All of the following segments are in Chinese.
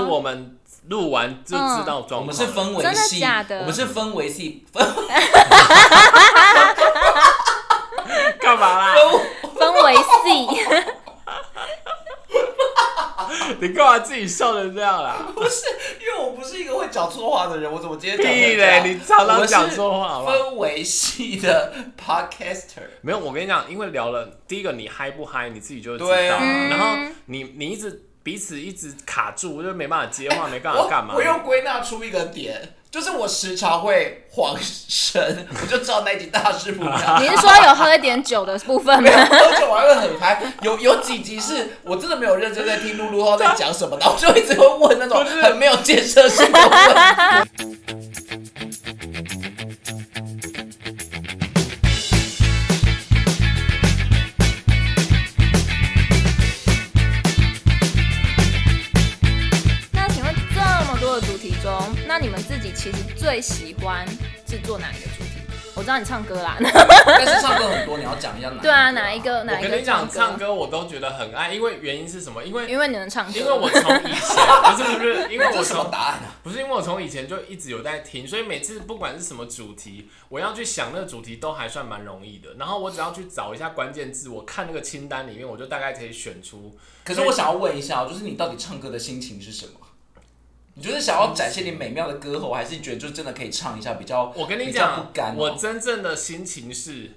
我们录完就知道状况。我们是分为真的系，假的我们是分为系，分干嘛啦？分为 C，你干嘛自己笑成这样啊啦？不是，因为我不是一个会讲错话的人，我怎么今天讲成屁这嘞！样你常常讲错话好我不们是好？分为系的 podcaster，没有，我跟你讲，因为聊了第一个你嗨不嗨，你自己就会知道对啊。啊嗯然后你你一直彼此一直卡住，就没办法接 话，没办法我干嘛我。又归纳出一个点，就是我时常会晃神，我就知道那集大师不妙。 你是说有喝一点酒的部分没吗有？而且我还会很嗨，有有几集是我真的没有认真在听露露号在讲什么，然后就一直会问那种很没有建设性的问题。 那请问这么多的主题中，那你们自己其实最喜欢制作哪一个主题？我知道你唱歌啦， 但是唱歌很多，你要讲一下哪一个？对啊，哪一个哪我一跟个你讲，唱歌？歌我都觉得很爱，因为原因是什么？因为因为你能唱歌，因为我从以前不是不是，因为这我是什么从答案啊？不是因为我从以前就一直有在听，所以每次不管是什么主题，我要去想那个主题都还算蛮容易的。然后我只要去找一下关键字，我看那个清单里面，我就大概可以选出。可是我想要问一下哦，就是你到底唱歌的心情是什么？你就是想要展现你美妙的歌喉，还是你觉得就真的可以唱一下比较？我跟你比较不讲，甘哦我真正的心情是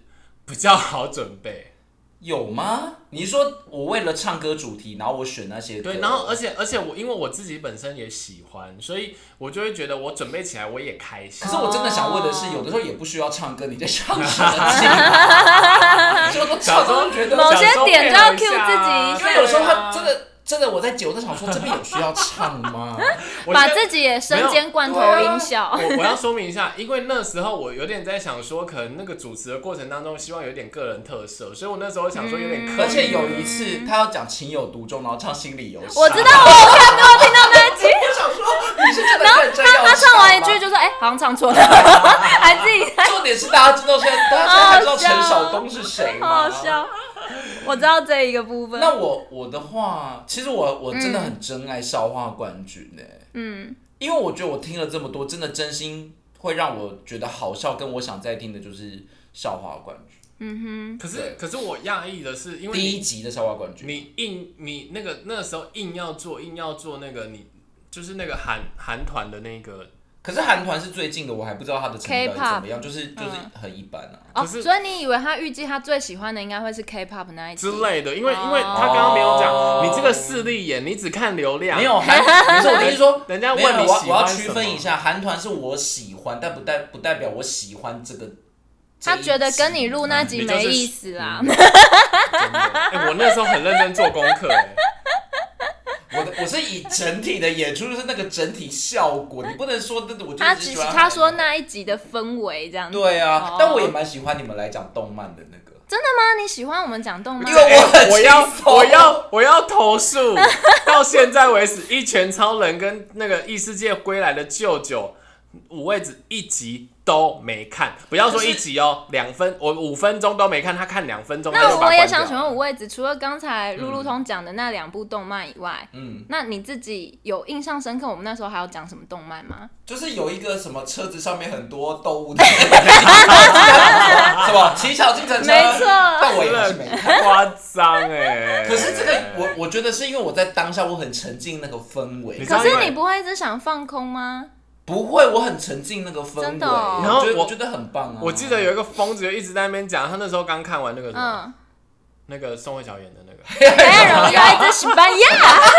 比较好准备。有吗？你是说我为了唱歌主题，然后我选那些歌对，然后而且而且我因为我自己本身也喜欢，所以我就会觉得我准备起来我也开心可。是我真的想问的是，有的时候也不需要唱歌，你在唱什么劲啊？就都唱都觉得某些点就要想说配合一下啊 cue 自己一因下为有时候他真的真的我在酒，我在想说这边有需要唱 吗？我把觉得自己也身兼罐头音效。哦我我 要说明一下，因为那时候我有点在想说，可能那个主持的过程当中，希望有点个人特色，所以我那时候想说有点刻意。嗯而且有一次他要讲情有独钟，然后唱心理游戏，我知道，我有看到听到那一集，我想 说你是真的认真要他唱完一吗句就说：“哎、好像唱错 了。”还自己重点是大家知道现在，大家现在还知道陈晓东是谁吗？好好笑。我知道这一个部分。那我我的话，其实我我真的很珍爱笑话冠军呢、嗯，因为我觉得我听了这么多，真的真心会让我觉得好笑，跟我想再听的就是笑话冠军。可是可是我讶异的嗯是，因为第一你集的笑话冠军，你硬你那个那时候硬要做硬要做那个你就是那个韩韩团的那个，可是韩团是最近的，我还不知道他的成绩到底怎么样，就是就是很一般啊。哦，可是所以你以为他预计他最喜欢的应该会是 K-pop 那一集之类的，因为哦因为他刚刚没有哦讲，你这个势利眼，你只看流量，没有韩，可是我跟你说， 人家没有问你我要喜我要欢区什分一么。下，韩团是我喜欢，但不代不代表我喜欢这个。他觉得跟你录。录那嗯集没意思啦。真的哎我那时候很认真做功课，哎我的我是以整体的演出，就是那个整体效果，你不能说真的，我就他只只喜是欢他说那一集的氛围这样子。对啊，哦但我也蛮喜欢你们来讲动漫的那个，真的吗？你喜欢我们讲动漫因？为我很哎我要轻松我要我要投诉，到现在为止，《一拳超人》跟那个异世界归来的舅舅五位子一集都没看，不要说一集哦，两分我五分钟都没看，他看两分钟，他那就把我它也关掉想请问五位子，除了刚才路路通讲的那两部动漫以外，嗯，那你自己有印象深刻？我们那时候还有讲什么动漫吗？就是有一个什么车子上面很多动 物的， 什么骑小金城车，没错但我也还 是没真的看。夸张哎！可是这个我我觉得是因为我在当下我很沉浸那个氛你围知，道可因是为你不会一直想放空吗？不会，我很沉浸那个氛围，真的哦然后我觉得我我觉得很棒啊。我记得有一个疯子就一直在那边讲，他那时候刚看完那个什么，嗯，那个宋慧乔演的那个， 黑暗荣耀一直西班牙，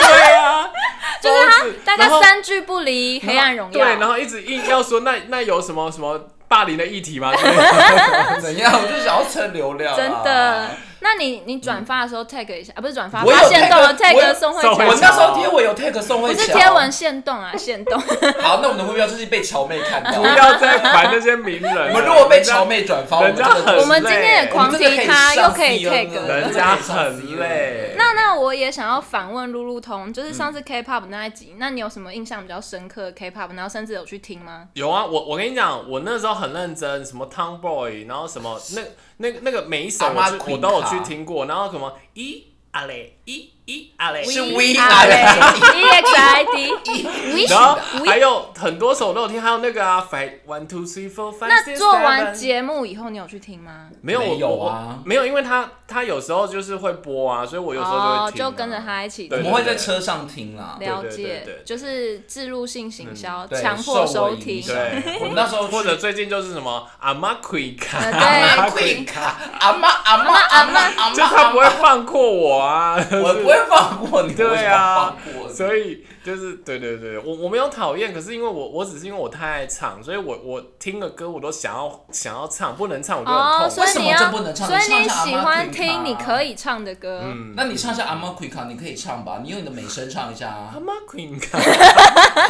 对啊， 就是疯子他大概然后三句不离黑暗荣对，然耀。后一直硬要说那那有什么什么霸凌的议题吗？之类的 怎样，我就想要蹭流量啊，真的？那你你转发的时候 tag 一下啊，不是转发，我有发现动了 tag，我有 tag 宋慧宋慧乔我。那时候贴文有 tag 宋不慧乔，是贴文限动啊，限动。好，那我们的目标就是被潮妹看到。不要再烦那些名人了。我们如果被潮妹转发，我 人们家真的很我们今天也狂提他，又可以 tag 人家人家很累那那我也想要反问路路通，就是上次 K-pop 那一集，那你有什么印象比较深刻的 K-pop？然后甚至有去听吗？有啊，我我跟你讲，我那时候很认真，什么 Tomboy，然后什么那那那个每一首阿我妈去 Queen 我都有卡啊去听过，然后什么一阿嘞一一阿雷，是 We We are Are ready. E X I D，We 然后 should- we- 还有很多首都有听，还有那个啊，five one two three four five。那做完节目以后，你有去听吗？没有没有啊我我没有，因为他他有时候就是会播啊，所以我有时候就会哦，听啊就跟着他一起对我听们会在车上听了啦。对对对解对，就是植入性行销，对强迫受我收影听。响对，我们那时候去或者最近就是什么阿妈奎卡，呃阿对妈 quick 啊，阿妈阿妈阿阿嬷妈阿就妈，他不会阿嬷放过我啊， 我不会放过你，我为对什么啊放过，你？所以就是对对对，我我没有讨厌，可是因为我我只是因为我太爱唱，所以我我听的歌我都想要想要唱，不能唱我就很哦，痛。所以你要为什么这不能，唱所以你你唱喜一下欢 Amaqueen 啊听你可以唱的歌，嗯那你唱一下《阿妈 quick 啊，你可以唱吧，你用你的美声唱一下啊阿。妈奎卡，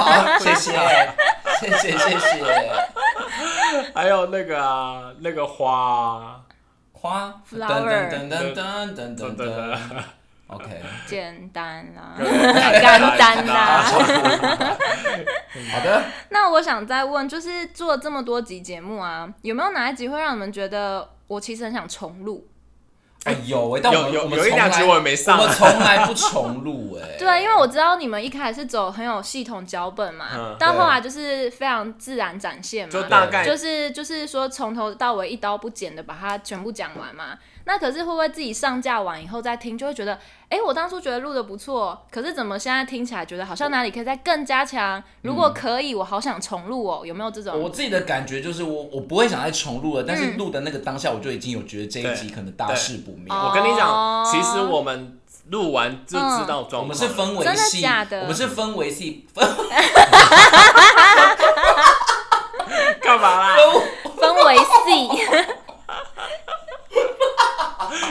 好，谢谢，谢谢，谢谢。 还有那个啊那个花啊，花 Flower 噔噔噔噔噔真噔的噔。OK，简单啦。 干单啊啊啦。好的，那我想再问，就是做这么多集节目啊，有没有哪一集会让你们觉得我其实很想重录？哎有哎，但我有们有我们有一从两来集我也没上啊我们从来不重录哎。对，因为我知道你们一开始走很有系统脚本嘛，嗯到后来就是非常自然展现嘛，就大概就是就是说从头到尾一刀不剪的把它全部讲完嘛。那可是会不会自己上架完以后再听，就会觉得，哎、我当初觉得录的不错，可是怎么现在听起来觉得好像哪里可以再更加强？嗯如果可以，我好想重录哦，有没有这我种？自己的感觉就是我，我不会想再重录了，但嗯是录的那个当下，我就已经有觉得这一集对可能大事不妙。哦嗯我跟你讲，其实我们录完就知道我状况了。们是氛围真的系，假的我们是氛围系， 干嘛啦？分为 C，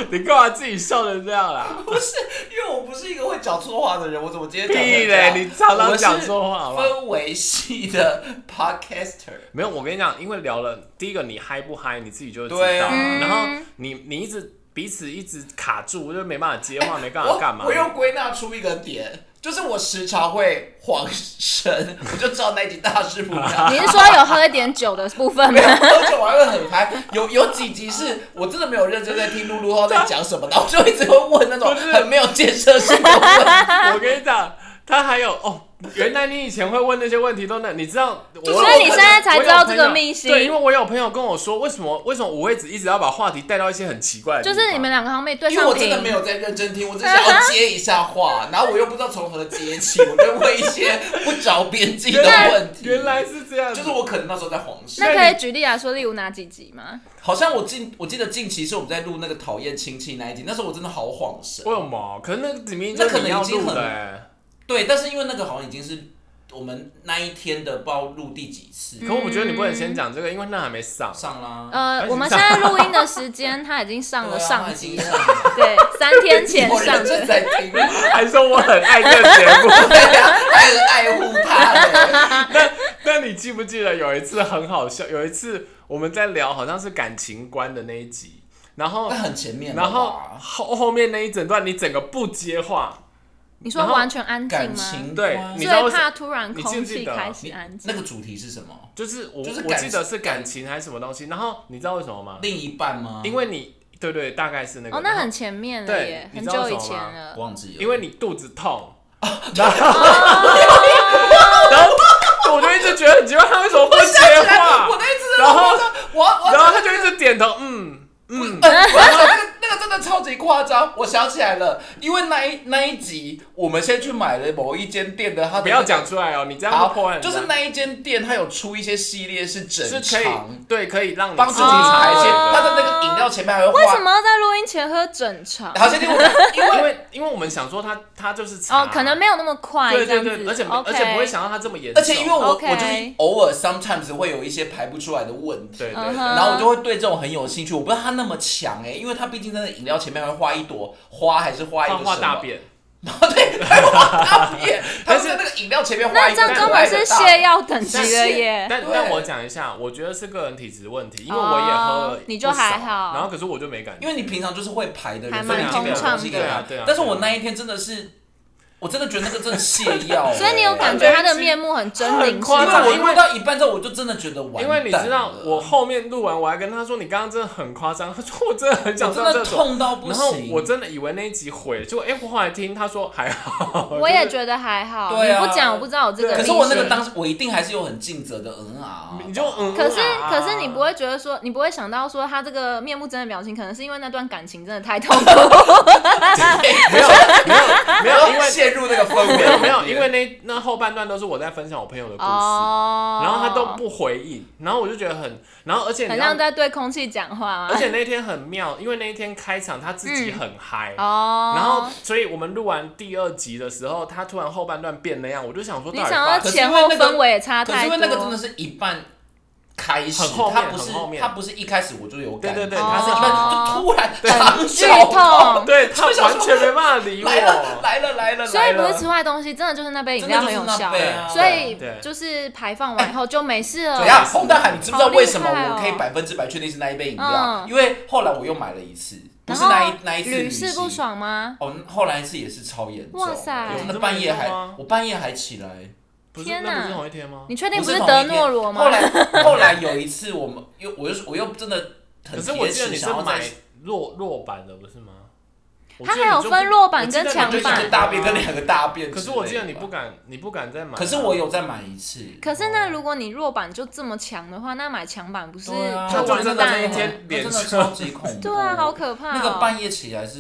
你干嘛自己笑成这样啊啦？不是，因为我不是一个会讲错话的人，我怎么今天讲成屁这嘞！样你常常讲错话好我不们好是？氛围系的 podcaster，没有，我跟你讲，因为聊了第一个你嗨不嗨，你自己就会知道对啊。啊然后你你一直彼此一直卡住，就没办法接话，没办法我干嘛 我。又归纳出一个点，就是我时常会晃神，我就知道那一集大事不 妙。 你是说有喝一点酒的部分没吗有？喝酒玩会很嗨，有有几集是我真的没有认真在听露露后在讲什么，然后就一直会问那种不是很没有建设性的问题。 我跟你讲，他还有哦，原来你以前会问那些问题都能，你知道，我就是有所以你现在才知道这个我秘有朋友对，因为辛，我有朋友跟我说，为什么为什么五位子一直要把话题带到一些很奇怪的地就方？是你们两个好像没对因为上我真的频没。有在认真听，我只想要接一下 话，然后我又不知道从何接起，我就问一些不着边际的问题。原来是这样子，就是我可能那时候在晃神。那可以举例来说，例如哪几集吗？好好像我近我记得近期是我们在录那个讨厌亲戚那一集，那时候我真的好晃神。为什么？可是那明明那就可是能嗯你要已经录的、很欸，对，但是因为那个好像已经是我们那一天的，不知道录第几次、可我觉得你不能先讲这个，因为那还没上。上哦啦。嗯呃，我们现在录音的时间，它已经上 了对啊上集了，那对，三天前已经上有人的。正在听，还说我很爱这个节目，对啊，还很爱护 他哎嘞。那你记不记得有一次很好笑？有一次我们在聊好像是感情观的那一集，然后那很前面了吧，然后后后面那一整段你整个不接话，你说然后完全安静感吗？情对观你知道最为什怕突然你记空不记气得开始安那静。个主题是什么？就是我就是我感记得是感情还是什么东西，然后你知道为什么吗？另一半吗？因为你对对，大概是那个哦，那很前面了对耶，你很知道久以什么前吗我了。忘记了，因为你肚子 痛，哦哦 然后然后我就一直觉得很奇怪，他为什么不啊我想起接来，话我？那一次真的啊然后我真的 我我然后他就一直点头，嗯嗯，呃我要说那个那个真的超级夸张，我想起来了，因为那一那一集我们先去买了某一间店的，他不要讲出来哦，你这样会破好，案的。就是那一间店，它有出一些系列是是整可场以，对，可以让你帮助自你己排排泄，哦它的那个饮料前面还会为什画。么要在录音前喝整场？ 好，先听我，因因为为因为我们想说他他就是茶哦哦，可能没有那么快对这对样对，子，而且 OK 而且不会想到他这么严重，而且因为 我 OK 我就是偶尔 sometimes 会有一些排不出来的问题。对对嗯对哼然后我就会对这种很有兴趣，我不知道他那么强哎、因为他毕竟在那饮料前面还会画一朵花，还是画一他个画什大么便，哦，对，他画大 便，他但是是在那个饮料前面画那一这个样根可爱本的是大泻药等级但是了耶。但对但我讲一下，我觉得是个人体质问题，因为我也喝了哦不少，你就还好然后可是我就没感觉，因为你平常就是会排的还人，所以蛮你基本通上畅是的一个人对啊对啊但是我那一天真的是我真的觉得那个真的泻药欸。 所以你有感觉他的面目很狰狞，很夸因张是吗为我录到一半之后，我就真的觉得完因为你蛋知道了，我后面录完，我还跟他说你刚刚真的很夸张，他说我真的很我想真上的厕所，痛到不然后行。我真的以为那一集毁了，结果哎、我后来听他说还好，我也觉得还好，哦对啊你不讲我不知道有这个对例子。可是我那个当时，我一定还是有很尽责的，嗯啊， 你就嗯，可是啊可是你不会觉得说，你不会想到说他这个面目狰狞的表情，可能是因为那段感情真的太痛 苦了。没有没有没没有，因有为陷入那个氛围，没有 没有，因为那那后半段都是我在分享我朋友的故事，哦，然后他都不回应，然后我就觉得很，然后而且你很知道像在对空气讲话啊而。且那天很妙，因为那一天开场他自己很嗨、嗯哦，然后所以我们录完第二集的时候，他突然后半段变那样，我就想说你到底想要发可是前因为后那个氛围也差可是啊太因多。为那个真的是一半开始很后，面它不是很后面它不是一开始我就有感觉，对对对它是哦一半就突然很长剧脚痛。对他完全没办法理来了我。来了来 了所来以不是吃了，坏东西，真的就是那杯饮料很有效真的就是那杯啊。所以对就是排放完以后就没事了。等一下碰大海，你知不知道好厉为什么害哦我可以百分之百确定是那一杯饮料？嗯因为后来我又买了一次，不然是后那一那一次屡旅试行不。爽吗？哦，后来一次也是超严重，哇塞我真的半夜还有这么严重啊吗我半夜还起来，不是天哪那不是同一天吗？你确定不是同德一天诺罗吗？后来后来有一次我们又我又我又真的很可是我铁记得齿你是想要再买弱弱版的，不是吗？我它记得还有你就不分弱版我记得跟你强就就一一直版哦个大便跟两个大便。可是我记得你不，敢，你不敢再买啊。可是我有再买一次。可是哦那如果你弱版就这么强的话，那买强版不是对啊，他就就完真的蛋那一了？天那脸真的色超级恐怖。对啊，好可怕哦。那个半夜起来是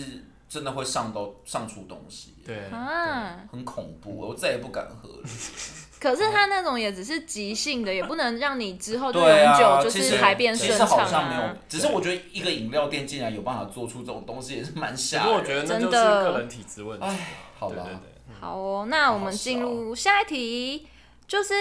真的会上到上出东西，对啊！很恐怖，我再也不敢喝了。可是它那种也只是急性的，也不能让你之后就对哦永啊，久就其是实排便其顺实畅好像没有啊。，只是我觉得一个饮料店竟然有办法做出这种东西，也是蛮可吓是人。我觉得那就是真的个人体质问题。哎，好对吧对，对。好哦，那我们进入下一题，就是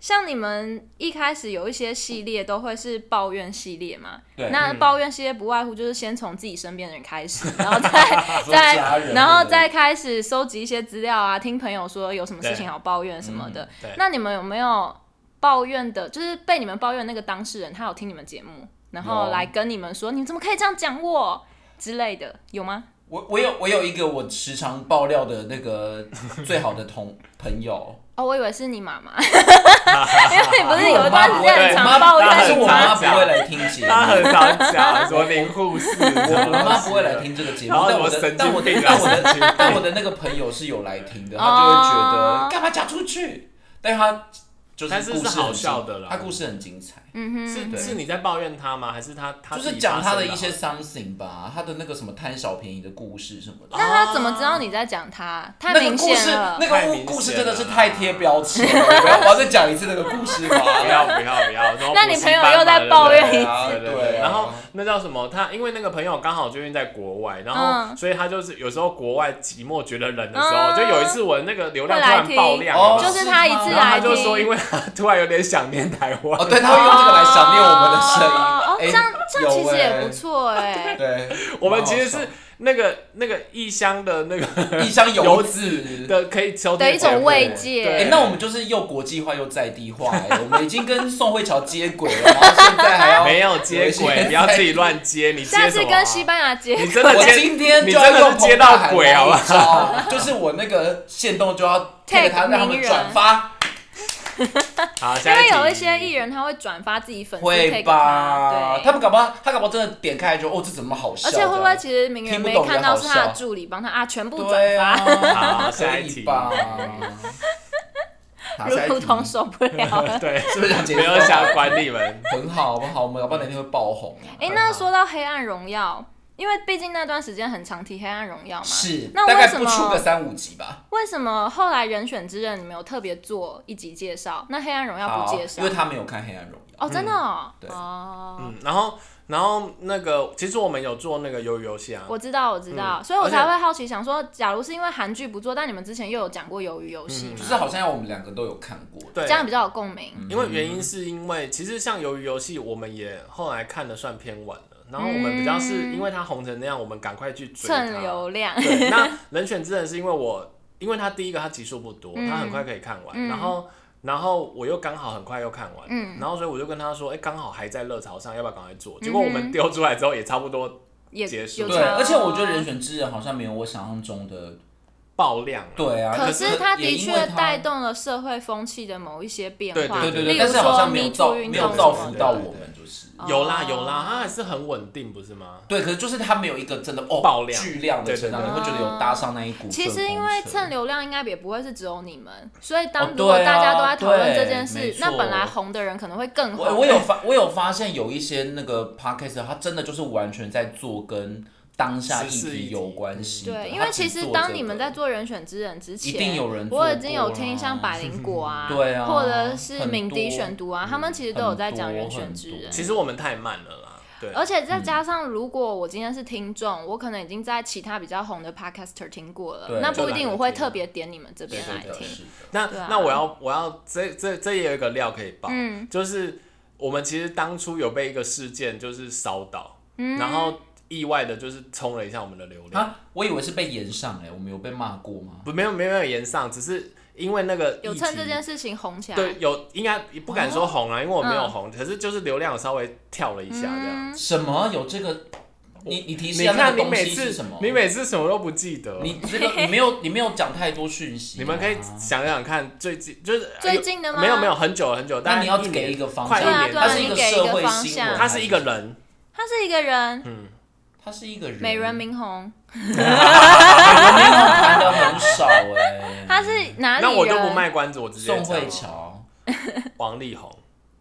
像你们一开始有一些系列都会是抱怨系列嘛，对那抱怨系列不外乎就是先从自己身边的人开始，然后再 说家再人然后对再开始收集一些资料啊，听朋友说有什么事情好抱怨什么嗯的对。那你们有没有抱怨的，就是被你们抱怨那个当事人，他有听你们节目，然后有来跟你们说你怎么可以这样讲我之类的，有吗？我我有我有一个我时常爆料的那个最好的同朋友，哦，我以为是你妈 妈， 因为你不是有一段时间很我常妈抱她但怨是很你我妈常妈，不会来听节目，他很常讲什么林护士，我我妈不会来听这个节目然，后啊但什么我的神但我经的病啊，但我的神经病但我的那个朋友是有来听的，他就会觉哦得干嘛嫁出去？但他就是但是故是事很精好笑的啦他故事很精彩，嗯 哼，是对是你在抱怨他吗？还是他他就是讲他的一些 something 吧，他的那个什么贪小便宜的故事什么的。那他怎么知道你在讲他？太那个明故显事，了啊那。太个明故事显真的了是太贴标签了。我要我要再讲一次那个故事吗？ 不要不要不要！然后那你补习朋友班嘛又在对不对抱怨一次对对对对。啊然后那叫什么？他因为那个朋友刚好最近在国外，然后嗯所以他就是有时候国外寂寞觉得冷的时嗯候，就有一次我那个流量会突来然听爆量哦，就是他一然次后他来就说，因听。为他突然有点想念台湾哦，，对，他会用这个来想念我们的声音。 哦，哎这样这样有其实也不哎错哎。对，我们其实蛮是那个那个异乡的那 个好笑一箱游游子 子。的可以求的一种慰藉哎、对，那我们就是又国际化又在地化、哎，我们已经跟宋慧乔接轨了，然后现在还要没有接轨，不要自己乱接，你接下什次么啊跟？西班牙接你真的我接，今天你就真要的用是接到鬼好好吧？吧？就是我那个线动就要 Tag 他，让他名们人转发，好，下 因一为有题一些艺人他会转发自己粉丝会 take 吧他，？他对。们搞不好，他搞不好真的点开就哦，这怎么那么好笑而这且样？会不会其实名人听不没懂也看到好是他的笑助理帮他啊，全部对转啊发，？好下可一以题吧？好下一如题啊同受 不了 了。对，是不是想结束没有想管你们。很好，好不好？我们搞不好哪天会爆红、啊。哎、那说到《黑暗荣耀》，因为毕竟那段时间很常提《黑暗荣耀》嘛，是，那大为概什不出个么三五集吧。为什么后来《人选之刃》你们有特别做一集介绍，那《黑暗荣耀》好不介，绍因为？他没有看《黑暗荣耀》。哦，真的哦，对哦、嗯，然后然后那个，其实我们有做那个鱿鱼游戏啊，我知道，我知道，嗯所以我而且才会好奇，想说，假如是因为韩剧不做，但你们之前又有讲过《鱿鱼游戏》嗯就嘛，是嗯好像我们两个都有看过。对这，样比较有共鸣。因为原因是因为其实像鱿鱼游戏，我们也后来看的算偏晚了，然后我们比较是因为它红成那样，我们赶快去追它嗯蹭流量， 对， 那人选之人是因为我，因为他第一个他集数不多，嗯他很快可以看完，嗯然后然后我又刚好很快又看完，嗯然后所以我就跟他说，哎、刚好还在热潮上，要不要赶快做？哼结果我们丢出来之后也差不多，也结束有对对，差哦而且我觉得《人选之人》好像没有我想象中的爆量了。对啊，可是是他也的因为确它带动了社会风气的某一些变对化，对对例对，如但是好说像没 Me 有造 Too 运没动有什造么福的哦到我们，就是有啦有啦，它还是很稳定，不是吗？对，可是就是它没有一个真的哦爆量巨量的成长，对你对会觉得有搭上那一股顺风车。啊其实因为蹭流量应该也不会是只有你们，所以哦当如果对啊大家都在讨论这件对没事，错那本来红的人可能会更红。我我有发我有发现有一些那个 podcast，它真的就是完全在做跟当下议时事议题题有关系嗯的。对，因它为只其实做当这你们个在做人选之人之前，一定有人做我已经有听过像啊，百灵果啊 对啊或者是很鸣笛多嗯选读啊，他们其实都有在讲人选之很多嗯人。其实我们太慢了啦。对，而且再加上，如果我今天是听众，我可能已经在其他比较红的 podcaster 听过对了，那不一就懒定得我会听特别点你们这边对来对对听。是的那、对啊那我要我要这这这也有一个料可以爆，嗯就是我们其实当初有被一个事件就是烧到，嗯然后意外的就是冲了一下我们的流量，啊，我以为是被延上哎，我们有被骂过吗？不没有没有没有延上，只是因为那个有疫趁情这件事情红起来，对有应该不敢说红啊，因为我没有嗯红，可是就是流量有稍微跳了一下这样。嗯什么有这个？你你提示你一下那看个你东每西是次什么？你每次什么都不记得，你这个你没有你没有讲太多讯息啊，你们可以想想看，最近就是呃最近的吗哎没有没有很久很久，那但你要给一个方快向，一年对啊对它啊是一个你给一个社会方新向闻，他是一个，人，他是一个人，他是一个人，美人明红，谈的很少哎、他是哪里那人？我就不卖关子，我直接宋慧讲乔、王力宏，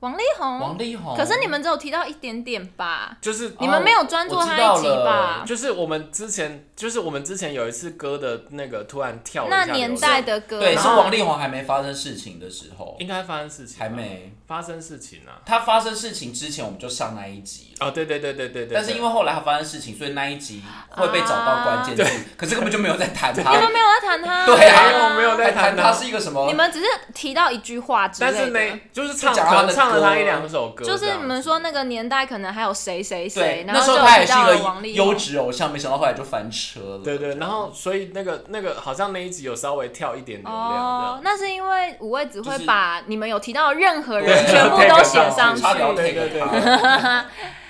王力王宏。力宏，可是你们只有提到一点点吧？就是啊你们没有专注他一集吧啊我知道了？就是我们之前就是我们之前有一次歌的那个突然跳了一下那流量年代的歌，对，然是后王力宏还没发生事情的时候，应该发生事情吧，还没发生事情啊。他发生事情之前我们就上那一集了。哦，对对对对对对，但 是因为后来他发生事情，所以那一集会被找到关键字，啊 可是根本就没有在谈你们他，没有在谈他，对啊因为我没有在在谈谈他他是一个什么你？们只是提到一句话之类但的。是没就是唱就讲他可的能唱了歌啊他一两首歌这就样子，是你们说那个年代可能还有谁谁对谁，，然那后时就候有他也提是到了一王个力优宏。质偶像，没想到后来就翻车了。对对，然后所以那个那个好像那一集有稍微跳一点流量这哦样，，那是因为五味子就会是把你们有提到的任何对人全 部都写上去。差点要对 take 对对他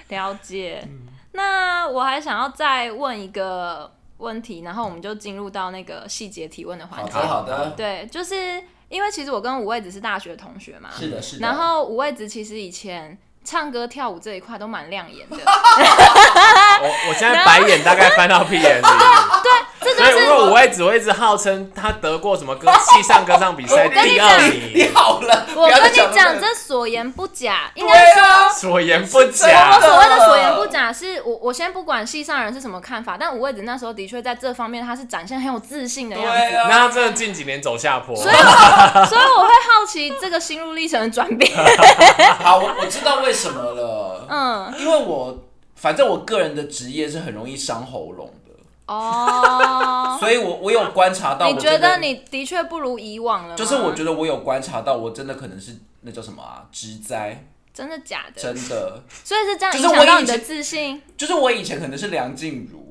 对了解。嗯那我还想要再问一个问题，然后我们就进入到那个细节提问的环好节。的好的，对，就是因为其实我跟五味子是大学同学嘛，是的是的。然后五味子其实以前唱歌跳舞这一块都蛮亮眼 的，我我现在白眼大概翻到屁 眼里。这哦就所以，因是为五位只会一直号称他得过什么歌气上歌唱比赛跟你第二你名，好了，我不要跟再你讲，了这所言不假，应对该说。啊，所言不我假真。所谓的所言不假，是我我先不管戏上人是什么看法，但五味子那时候的确在这方面他是展现很有自信的样子，对啊，啊那他真的近几年走下坡，所以我 所以我会好奇这个心路历程的转 变。好，我我知道为什么了，嗯，因为我反正我个人的职业是很容易伤喉咙的，哦，所以我我有观察到，你我觉真得的你的确不如以往了吗？就是我觉得我有观察到，我真的可能是那叫什么啊，职灾，真的假的，真的，所以是这样就影是响我到以你的前自信。就是我以前可能是梁静茹，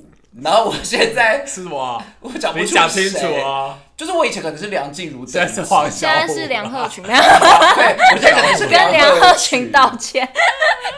然后我现在是我，我讲不你出讲清楚谁，哦。就是我以前可能是梁静茹等级，现在是黄现在是梁鹤 群，跟 对，我现在可能是梁鹤鹤群道歉，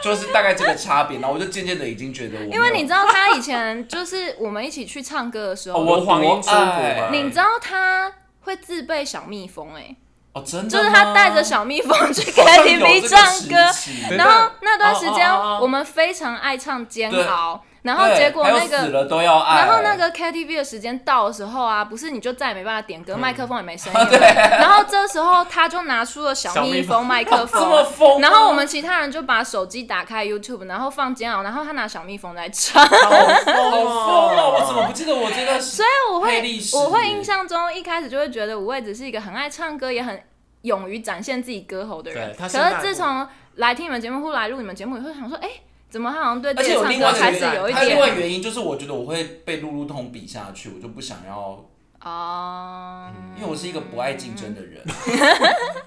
就是大概这个差别，然后我就渐渐的已经觉得我没有，因为你知道他以前就是我们一起去唱歌的时候，哦我黄莺出谷嘛哎你知道他会自备小蜜蜂哎、哦，真的就是他带着小蜜蜂去好像有 KTV 这个唱时歌，期对然后那段时间哦哦哦哦我们非常爱唱《煎对熬》，然后对结果还有那死个。了都要爱，然后那个 KTV 的时间到的时候啊，不是你就再也没办法点嗯歌，麦克风也没声 音了。然后这时候他就拿出了小蜜小蜜蜂麦克 这么疯吗风，然后我们其他人就把手机打开 YouTube，然后放煎熬，然后他拿小蜜蜂在唱。 哎好好疯疯哦！我怎么不不记得我这个？所所以我黑会历，史我会印象中一开始就会觉得五味子是一个很爱唱歌，也很勇于展现自己歌喉的人。对他可是那是自从来听你们节目或来录你们节目，你会想说，哎、怎么他好像对而自己且有唱另歌外一个开原始因，有一还有另外点一个原因就是，我觉得我会被路路通比下去，我就不想要，哦？因为我是一个不爱竞争的 人，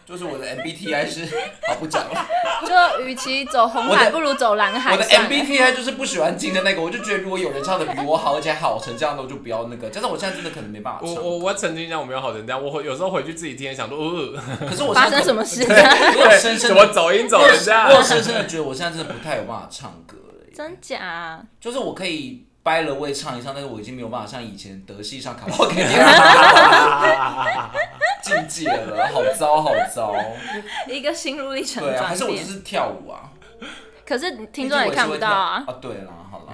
就是我的 MBTI 是，好不讲了，就与其走红我的海，不如走蓝海哎我的算了。 MBTI 就是不喜欢竞争那个，我就觉得如果有人唱的比我好，而且好成这样的，我就不要那个。加上我现在真的可能没办法我唱，我我曾经让我没有好成这样，我有时候回去自己听也想说，呃，可是我发现在生什么事？我有深 怎深的么啊走音走成这样我？深深的觉得我现在真的不太有办法唱歌了耶。真假？就是我可以掰了位唱一唱，但是我已经没有办法像以前德系上卡拉 OK 那样境界了，好糟好糟。一个心路历程对啊，还转是我变只。是跳舞啊？可是听众也毕竟我是会看不到啊跳。啊，对啦，好啦。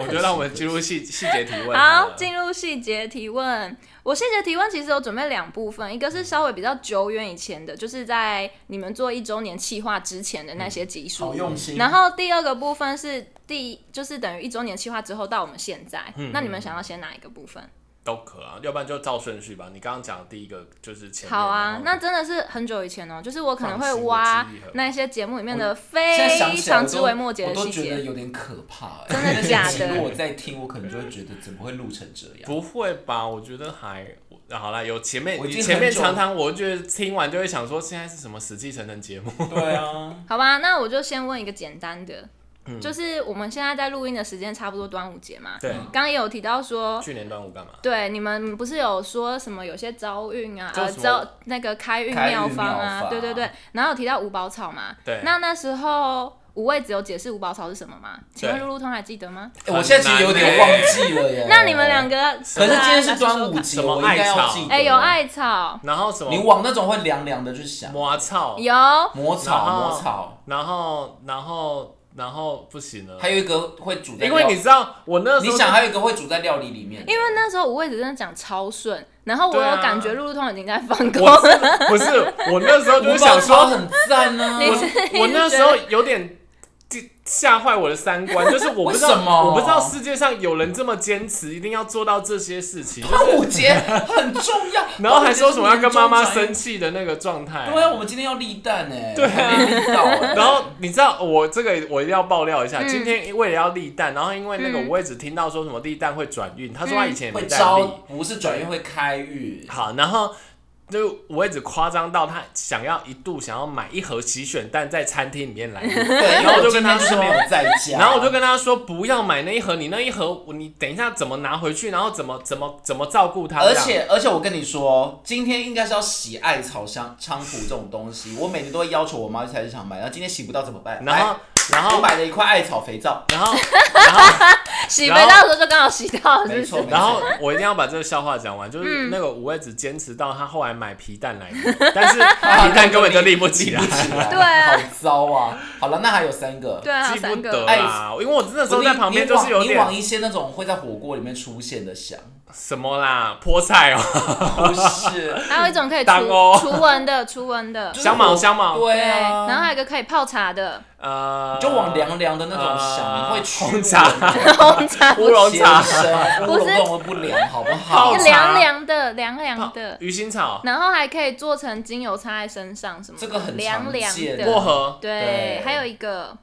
我觉得让我们进入细细节提问。好，进入细节提问。我细节提问其实有准备两部分，一个是稍微比较久远以前的，就是在你们做一周年企划之前的那些集嗯数。好用心。然后第二个部分是第，就是等于一周年企划之后到我们现在，那你们想要先哪一个部分？都可啊，要不然就照顺序吧。你刚刚讲的第一个就是前面。好啊，那然后真的是很久以前哦，就是我可能会放心我挖记忆很那一些节目里面的现在非想起来常我枝都微末节我的都细觉得节。有点可怕、欸。真的 那些假集的如果在听，我可能就会觉得怎么会录成这样？不会吧？我觉得还我好啦，有前面我已经前面很久常常，我觉得听完就会想说，现在是什么死气沉沉节 目？对啊，好吧，那我就先问一个简单的，就是我们现在在录音的时间差不多端午节嘛，对，刚刚也有提到说，去年端午干嘛？对，你们不是有说什么有些招运啊，招呃，什么招那个开运开运妙方啊，妙法对对对，然后有提到五宝草嘛，对那那时候五位只有解释五宝草是什么吗？请问对露露通还记得吗？欸我现在其实有点忘记了耶。那你们两，个，可是今天是来说说端午看节，什么我应该艾要草记得。哎、有，艾草，然后什你么？往那种会凉凉的去想，摩操，有魔草然后魔啊草，然后然后然后不行了，还有一个会煮在因料，为你知道我那时你候想还有一个会煮在料理里面，因为那时候五位只真的讲超顺，然后我对啊有感觉露露通已经在放空我了，是不是我那时候就我是想说，很赞 啊呢、你我我那时候有点吓坏我的三观，就是我不知道为什么我不知道世界上有人这么坚持，一定要做到这些事情，就是端午节很重 要，然后还说什么要跟妈妈生气。气的那个状态。对啊，我们今天要立蛋哎、 对啊还没立到欸然后你知道我这个我一定要爆料一下，嗯今天为了要立蛋，然后因为那个嗯我也只听到说什么立蛋会转运，他说他以前也没会在招立，不是转运会开运，好，然后就我也只夸张到他想要一度想要买一盒洗选蛋在餐厅里面来用，对，然后我就跟他今天说没有在家，然后我就跟他说不要买那一盒，你那一盒我你等一下怎么拿回去，然后怎么怎么怎么照顾它，而这样且而且我跟你说，今天应该是要洗艾草香菖蒲这种东西，我每年都会要求我妈去菜市场买，然后今天洗不到怎么办？哎然后来然我后买了一块艾草肥皂，然后然后 洗肥皂的时候就刚好洗到了，是没不是？错，没然后错我一定要把这个笑话讲完，就是那个五味子坚持到他后来买皮蛋来用，但是啊皮蛋啊根本就立不起来立。不起来，对啊好糟啊！好了，那还有三个，对啊，还记有不三得个，啦，哎因为我那时候在旁边你就是有你往你往点一些那种会在火锅里面出现的香，什么啦，菠菜哦， 不是，还有一种可以除当哦除蚊的，除蚊的，香茅香茅，对啊，然后还有一个可以泡茶 的呃，就往凉凉的那种想，呃会驱红 茶哦红 茶，乌龙茶、生乌不龙是弄得不凉，好不泡 好？茶凉凉的，凉凉的，鱼腥草、然后还可以做成精油擦在身上什么的，这个很凉常见凉薄的，荷，对，对还有一个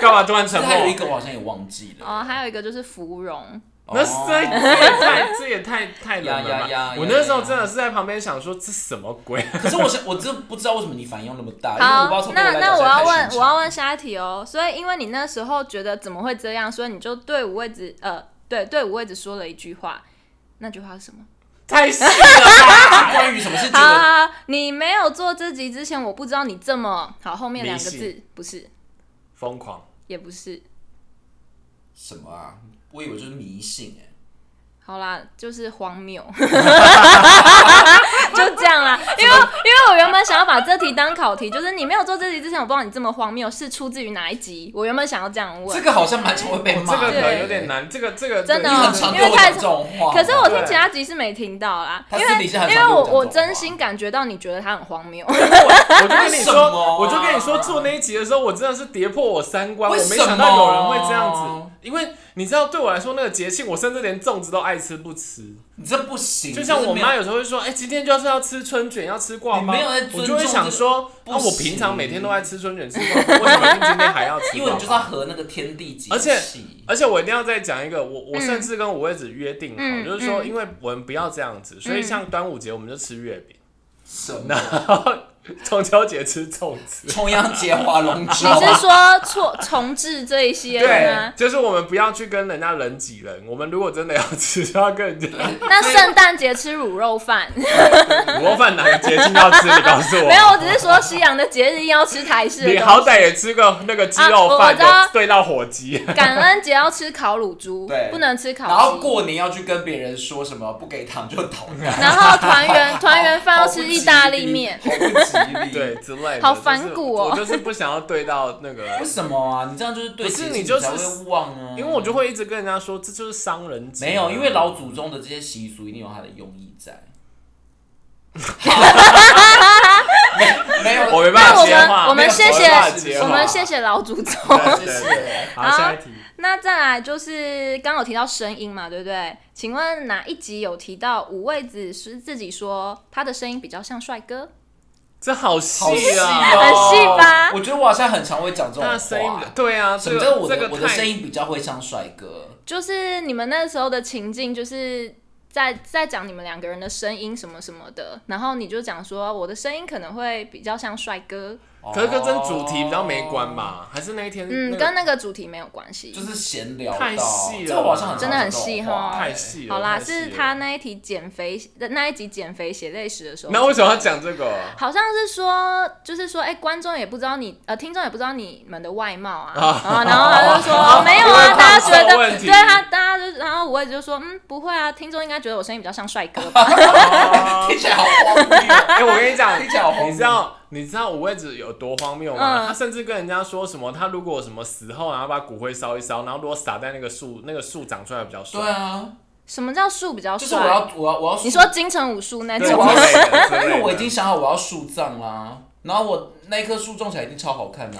干嘛突然沉还有一默？个我好像也忘记了，哦哦，还有一个就是芙蓉， 那是这也太这也太太冷呀呀了吧呀！我呀那时候呀真的是在旁边想说这什么鬼？可是我想，我真的不知道为什么你反应要那么啊大，因为我不知道好从，那那我要问，我要问，问下一题哦。所以，因为你那时候觉得怎么会这样，所以你就对五位子，呃，对对五位子说了一句话，那句话是什么？太细了吧！关于什么是觉好得好，好你没有做这集之前，我不知道你这么好。后面两个迷字不是，疯狂，也不是。什么啊？我以为就是迷信哎。好啦， 就是荒谬，就这样啦。因为因为我原本想要把这题当考题，就是你没有做这题之前，我不知道你这么荒谬是出自于哪一集。我原本想要这样问，这个好像蛮常会被这骂的，个可能有对点。难，这个这个真的哦你很常啊因为跟我太讲这种话，可是我听对其他集是没听到啦，他因私为底下很因常为跟我我讲这种我话真心感觉到你觉得他很荒谬，我就跟你为什么啊说，我就跟你说，做那一集的时候，我真的是跌破我三观，我为没什啊么想到有人会这样子。因为你知道，对我来说，那个节庆，我甚至连粽子都爱吃不吃。你这不行，就像我你这没妈有有时候会说，哎、今天就是要吃春卷，要吃挂包你没有在，我尊就会重想这说，个那、不我平常行每天都爱吃春卷、吃挂包，为什么今天还要吃？ 因为你就是要。和那个天地集气，而且呃而且我一定要再讲一个，我我甚至跟五位子约定好，嗯就是说，嗯因为我们不要这样子，所以像端午节我们就吃月饼。什么？中秋节吃粽子。重阳节划 龙舟你是啊，说错重置这一些对吗，？就是我们不要去跟人家人挤人。我们如果真的要吃，就要跟人家。那圣诞节吃卤肉饭，卤肉饭哪个节庆要吃？你告诉我。没有，我只是说西洋的节日一定要吃台式的东你西。好歹也吃个那个鸡肉啊我我饭知道有对到火鸡。感恩节要吃烤乳猪，对不能吃烤鸡。然后过年要去跟别人说什么不给糖就 捣 蛋，然后团圆团圆饭要吃意大利面， 好不吉利。对，之类的，好反骨哦就是我就是不想要对到那个， 为什么啊？你这样就是对不是节气你就是才会忘啊，因为我就会一直跟人家说，这就是商人节。没有，因为老祖宗的这些习俗一定有它的用意 在。没没有，我没办那法我接话，们我没们有谢我没办法接谢话我们谢谢老祖宗。 对谢对谢对。好，下一题。那再来就是刚有提到声音嘛，对不对？请问哪一集有提到五味子是自己说他的声音比较像帅哥？这好细好细啊，哦很细吧我觉得我好像很常会讲这种那声音话。对啊，什这么个叫我的、这个我的太声音比较会像帅哥？就是你们那时候的情境，就是在在讲你们两个人的声音什么什么的，然后你就讲说我的声音可能会比较像帅哥，哦可是跟真主题比较没关，吧？还是那一天？嗯，那个跟那个主题没有关系，就是闲聊到太细了这个我好像很常真的很细讲这种话哈太。细了。好啦，太细了是他。那一题减肥那一集减肥写泪史的时 候，那为什么要讲这 个？好像是说，就是说，哎、观众也不知道你，呃，听众也不知道你们的外貌啊，啊然后他就说、啊哦没有因为啊，大家观觉众得问，题对他，大家就，然后五位就说，嗯，不会啊，听众应该觉得我声音比较像帅哥吧，听起来好荒谬。哎，我跟你讲，听起来好荒谬你知道你知道五味子有多荒谬吗？嗯他甚至跟人家说什么，他如果什么死后，然后把骨灰烧一烧，然后如果撒在那个树，那个树长出来比较对帅。啊，什么叫树比较就是我要帅？我要我要你说金城武术那对种之吗，类的之类的因为我已经想好我要树葬啦，然后我那一棵树种起来一定超好看啊。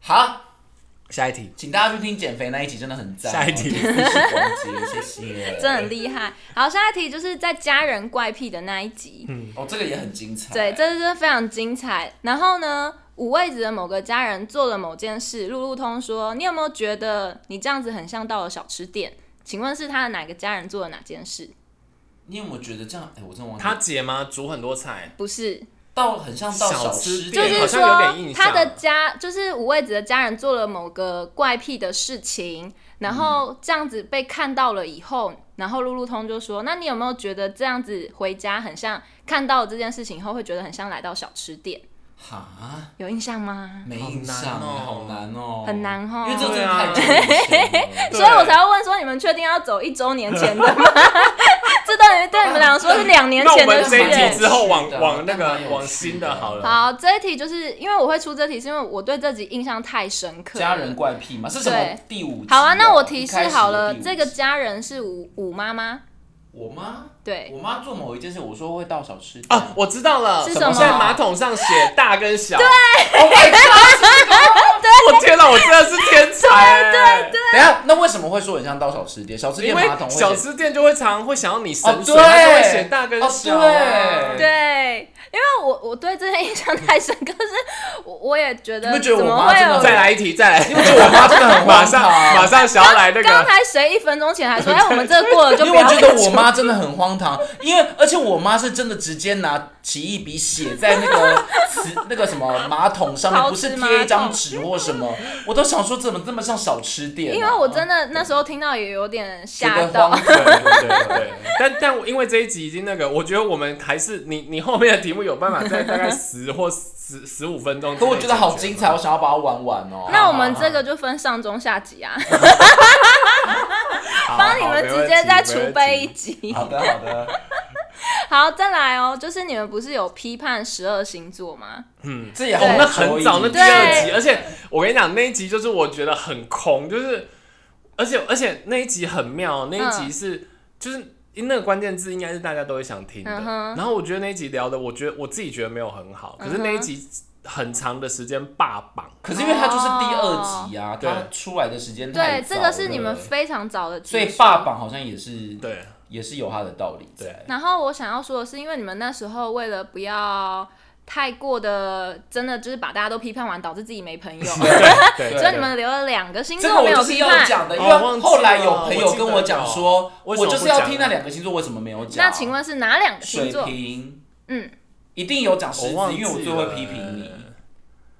好，下一题，请大家去听减肥那一集，真的很赞哦。下一题一公斤，谢谢。真的很厉害。好，下一题就是在家人怪癖的那一集，哦，这个也很精彩。对，这真的非常精彩。然后呢，五位子的某个家人做了某件事，路路通说：“你有没有觉得你这样子很像到了小吃店？”请问是他的哪个家人做了哪件事？你有没有觉得这样？哎，我真的忘记他姐吗？煮很多菜，不是，到很像到小吃吃就对店，好是像说有点印象他的家，就是五位子的家人做了某个怪癖的事情，然后这样子被看到了以后，然后路路通就说：“那你有没有觉得这样子回家很像看到这件事情以后，会觉得很像来到小吃店？哈，有印象吗？没印象，好好难难哦，很难哦因为这真对的啊太久以前 了。所以啊我才会问说，你们确定要走一周年前的吗？ 这对于对你们俩说是两年那我前的们事这一耶题。之后往对往那但蛮个有往趣新的的好了。好，这一题就是因为我会出这题，是因为我对这集印象太深刻。家人。怪癖嘛，是什么对第五集哦？好啊，那我提一示开始的好了，第五这个集家人是五五妈妈，我妈，对，我妈做某一件事，我说会到小吃店。啊，我知道了，是什么在马桶上写大跟小。对，我天哪，我真的是天才！对对等一下， 那为什么会说很像到小吃店？小吃哦因店为马桶会小写吃店就会常会想要你哦神，水，对，他就会写大跟小啊。哦对，对，因为我我对这些印象太深刻，可是我我也觉你得不觉得怎我么妈会真的有？再来一题，再来，因为我妈真的很马荒上唐，马上想要来那刚个，才谁一分钟前还说，哎，我们这个过了就因不为我要觉再得出我妈真的很荒唐，因为而且我妈是真的直接拿奇异笔写在那个瓷那个什么马桶上面，陶不是瓷贴一马张桶纸或什么，我都想说怎么这么像小吃店啊、因为我真的那时候听到也有点觉吓得到 荒。对对对唐对。但但我因为这一集已经那个，我觉得我们还是你你后面的题目有办法在大概十或十十五分钟之内解决可吗。我觉得好精彩，我想要把它玩完哦。 那我们这个就分上中下集啊，好，帮你们直接再储备一集。集。好的好的，好，再来哦，就是你们不是有批判十二星座吗？嗯这也好哦，对那很早，那第二集，对而且我跟你讲，那一集就是我觉得很空，就是而且而且那一集很妙，那一集嗯是、就是。因那个关键字应该是大家都会想听的，嗯哼然后我觉得那一集聊的，我觉得我自己觉得没有很好，可是嗯哼那一集很长的时间霸榜，可是因为它就是第二集啊，对它出来的时间嗯太哦对，早这个是你了们非常早的集数，所以霸榜好像也是 对，也是有它的道理在。对然后我想要说的是，因为你们那时候为了不要太过的，真的就是把大家都批判完，导致自己没朋友，所对 对对，以你们留了两个星这个座我没有就是批要判。讲的，因哦忘为记了后来有朋友跟我讲说，我我记得有就是要听那两个星座为什么没有讲。那请问是哪两个星水座？瓶，嗯，一定有讲狮我子，忘因记为了我最会批评你，嗯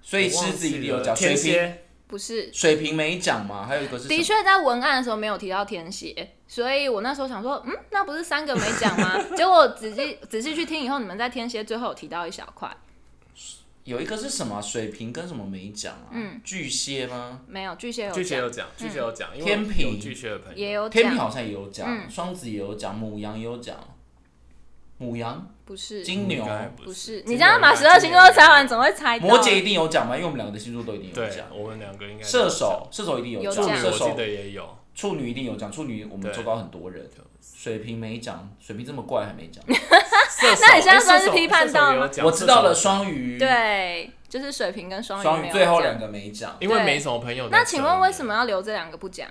所以狮子一定有讲。水天瓶蝎，不是。水瓶没讲嘛，还有一个的是什么确，在文案的时候没有提到天蝎，所以我那时候想说，嗯，那不是三个没讲 吗？结果仔细仔细去听以后，你们在天蝎最后有提到一小块，有一个是什么啊水瓶跟什么没讲啊？嗯巨蟹吗？没有巨蟹有巨蟹讲有讲，巨蟹有讲，因为嗯天平有巨蟹的朋也友，有天平讲，好像也有讲，嗯双子也有讲，母羊也有讲，母羊、不是金牛应、该不是，金牛你这样把应该十二星金座牛都猜完，怎么会猜到？摩羯一定有讲吧？因为我们两个的星座都一定有对讲，。我们两个应该射手，射手一定有讲，有讲射讲，我记手得也有。处女一定有讲，处女我们对周遭很多人。水瓶没讲，水瓶这么怪还没讲，射手那你现在算是诶射手批判到射手也有吗 讲我知道了。射手双鱼，，对，就是水瓶跟双鱼双没鱼有最后讲两个没讲，因为没什么朋友。那请问为什？么要留这两个不讲？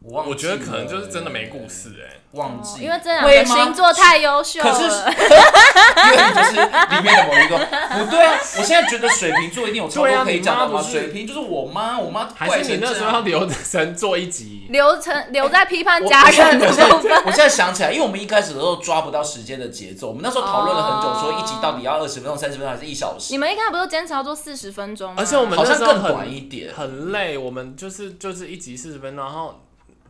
我忘记我了觉得可能就是真的没故，事哎。忘记了，哦因为这两个星座太优秀可是， 了。因为你就是里面的某一个，不对啊！我现在觉得水瓶座一定有超对多啊可以讲的你妈不嘛。是水瓶就是我妈，我妈怪还是你成那这时候样嗯要留成做一集？留成留在批判我家人的我现在部我现在分，我现在想起来，因为我们一开始的时候抓不到时间的节奏，我们那时候讨论了很久，哦说一集到底要二十分钟、三十分钟还是一小时你，们一开始不是坚持要做四十分钟吗？而且我们好像那时候更很短一点。很累，我们就是就是一集四十分钟，然后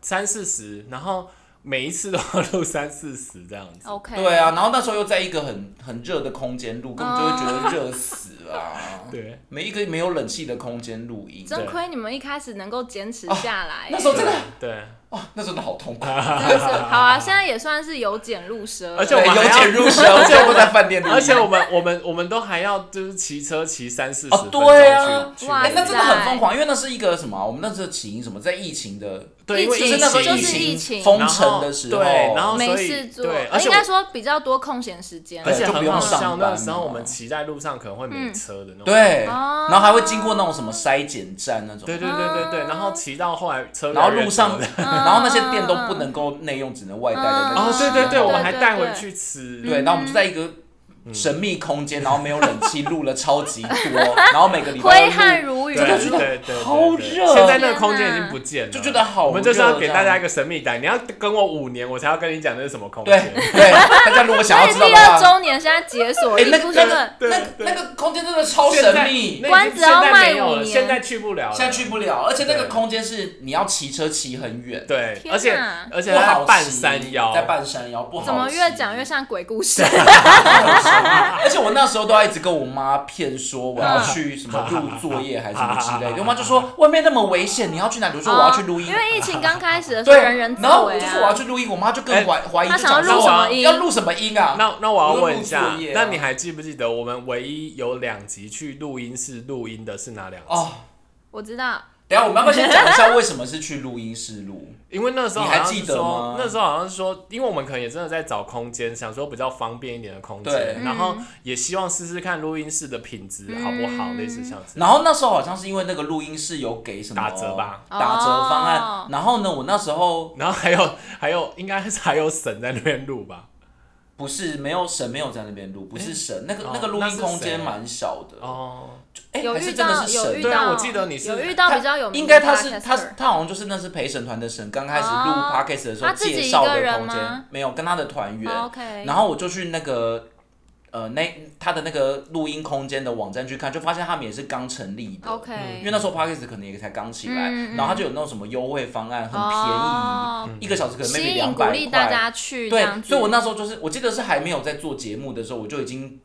三四十，然后每一次都要录三四十这样子。 OK，对啊，然后那时候又在一个很很热的空间录，根本就会觉得热死啦。对，每一个没有冷气的空间录音，真亏你们一开始能够坚持下来。哦那时候真的对，哇，那真的 好痛苦。真的是好啊，现在也算是由俭入奢了，而且我对，们还由要俭入奢，我最后在饭店录音，而且我们我们我 们都还要就是骑车骑三四十哦分钟对啊去去哇哎、那那个真的很疯狂，因为那是一个什么啊、我们那时候起因什么，在疫情的对，因为疫情就是那时候就是疫疫情封然后城的时候，对，然后没所以事做，对，而且应我该说比较多空闲时间了而。且就不很用好上笑，班哦那时候嘛我们骑在路上可能会嗯没车的那种。对，哦然后还会经过那种什么筛检站那种，对对对对对，然哦后骑到后来车越然来后越多，路上，然后那些店都不能够内用，只能外带的那种 哦，对对时对，候我们还带对回对嗯去吃。对，然后我们就在一个。神秘空间，然后没有冷气，录了超级多， 然后每个礼挥拜都汗录，如雨，对觉对对得对对，好对热哦现在那个空间已经不见了，就觉得好热我们就是要给大家一个神秘感，你要跟我五年，我才要跟你讲这是什么空对间。对，大家如果想所要以知道第的二话，周年现在解锁，哎，你那不个觉得那个对那个那个空间真的超现神在秘，那已经关子要现在没有卖五了年现在去不了了，现在去不了，而且那个对空间是你要骑车骑很远，对，天而且哪而且不好它半骑山腰，在半山腰不好骑，怎么越讲越像鬼故事？而且我那时候都要一直跟我妈骗说我要去 什么录作业还是什么之类的，我妈就说外面那么危险，你要去哪里？哦我说我要去录音因。为疫情刚开始的时候，对，人人自然后我危就说我要啊。去录音，我妈就更怀怀疑，她就想要想录说什么音要录什么音啊？哎那那我要问一我要下录作业啊，那你还记不记得我们唯一有两集去录音室录音的是哪两集？哦，我知道，等一下我们要不要先讲一下为什么是去录音室录？因为那时候好你还像是记得吗说，那时候好像是说，因为我们可能也真的在找空间，想说比较方便一点的空对间，然后嗯也希望试试看录音室的品质好不好，类似像这样。然后那时候好像是因为那个录音室有给什么打折吧打折方哦案。然后呢，我那时候然后还有还有，应该是还有沈在那边录吧？不是没有神没有在那边录，不是神，那个哦那个录那音是空谁间蛮小的。哦，哎，有还遇是真的到是有神遇对啊到，我记得你是有遇到他比较有名的应该他是 podcaster 他是他好像就是那是陪审团的神，刚开始录哦 podcast 的时候他自己介绍一个的人空间吗，没有跟他的团员。哦 OK，然后我就去那个呃那他的那个录音空间的网站去看，就发现他们也是刚成立的。 OK，因为那时候 podcast 可能也才刚起来，嗯嗯嗯然后他就有那种什么优惠方案，很便宜，哦一个小时可能吸 maybe 引两鼓百励块。大家去这样对，子。所以我那时候就是，我记得是还没有在做节目的时候，我就已经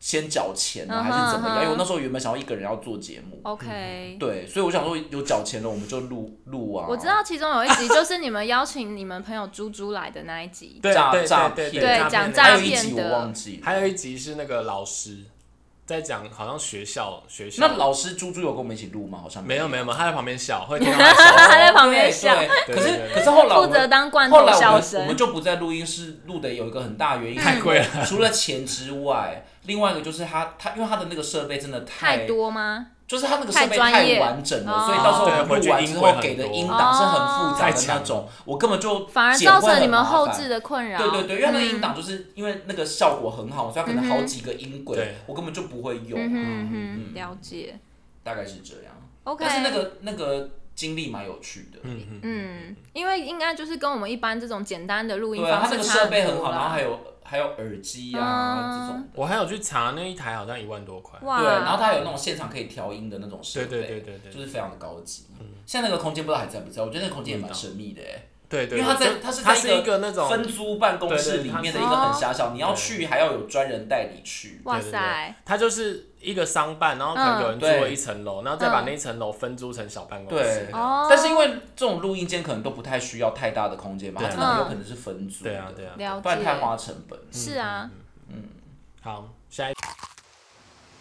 先缴钱了，嗯还哼是怎么嗯哼样？因为我那时候原本想要一个人要做节目， OK，对，所以我想说有缴钱了，我们就录录啊。我知道其中有一集就是你们邀请你们朋友猪猪来的那一集，对诈对诈对骗对对，讲诈还骗的有一诈集骗的我忘记了。还有一集是那个老师在讲，好像学校学校那老师猪猪有跟我们一起录吗？好像没有没有。有没有，他在旁边笑，会听到他笑。 他在旁边对笑，对对可是对对可是 后来我负责们当罐后头来我笑们我声嗯们。就不在录音室录的，有一个很大原因太贵了，除了钱之外，另外一个就是他他因为他的那个设备真的太太多吗？就是他那个设太备专业太完整了，哦所以到时候我对们回录去完音之轨后很给的多音档是很复杂的那种，我根本就反而剪造会成你很们麻后烦置。的困扰。对对对，因为那个音嗯档就是因为那个效果很好，所以它可能好几个音轨，对我根本就不会用，嗯哼嗯哼，了解。大概是这样。 OK，但是那个那个经历蛮有趣的，嗯嗯，嗯，因为应该就是跟我们一般这种简单的录音对啊，方它那式个差设备很很多好，然后啦。还有还有耳机啊、嗯这种的。我还有去查那一台好像一万多块，哇，对，然后它有那种现场可以调音的那种设备，对对对对对嗯就是非常的高级。现在那个空间不知道还在不在，我觉得那个空间也蛮神秘的哎，对因对，为它在它是是在一个那种分租办公室里面的一个很狭小，你要去还要有专人带你去。哇对对塞对，它就是一个商办，然后可能有人嗯住了对一层楼，然后再嗯把那一层楼分租成小办公室对。，哦，但是因为这种录音间可能都不太需要太大的空间嘛，它对啊真的很有可能是分租的，对啊，对啊。了不然太解，花成本。是啊，好，下一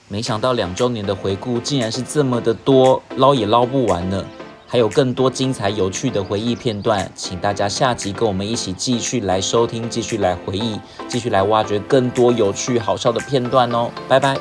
没想到两周年的回顾竟然是这么的多，捞也捞不完呢。还有更多精彩有趣的回忆片段，请大家下集跟我们一起继续来收听，继续来回忆，继续来挖掘更多有趣好笑的片段哦。拜拜。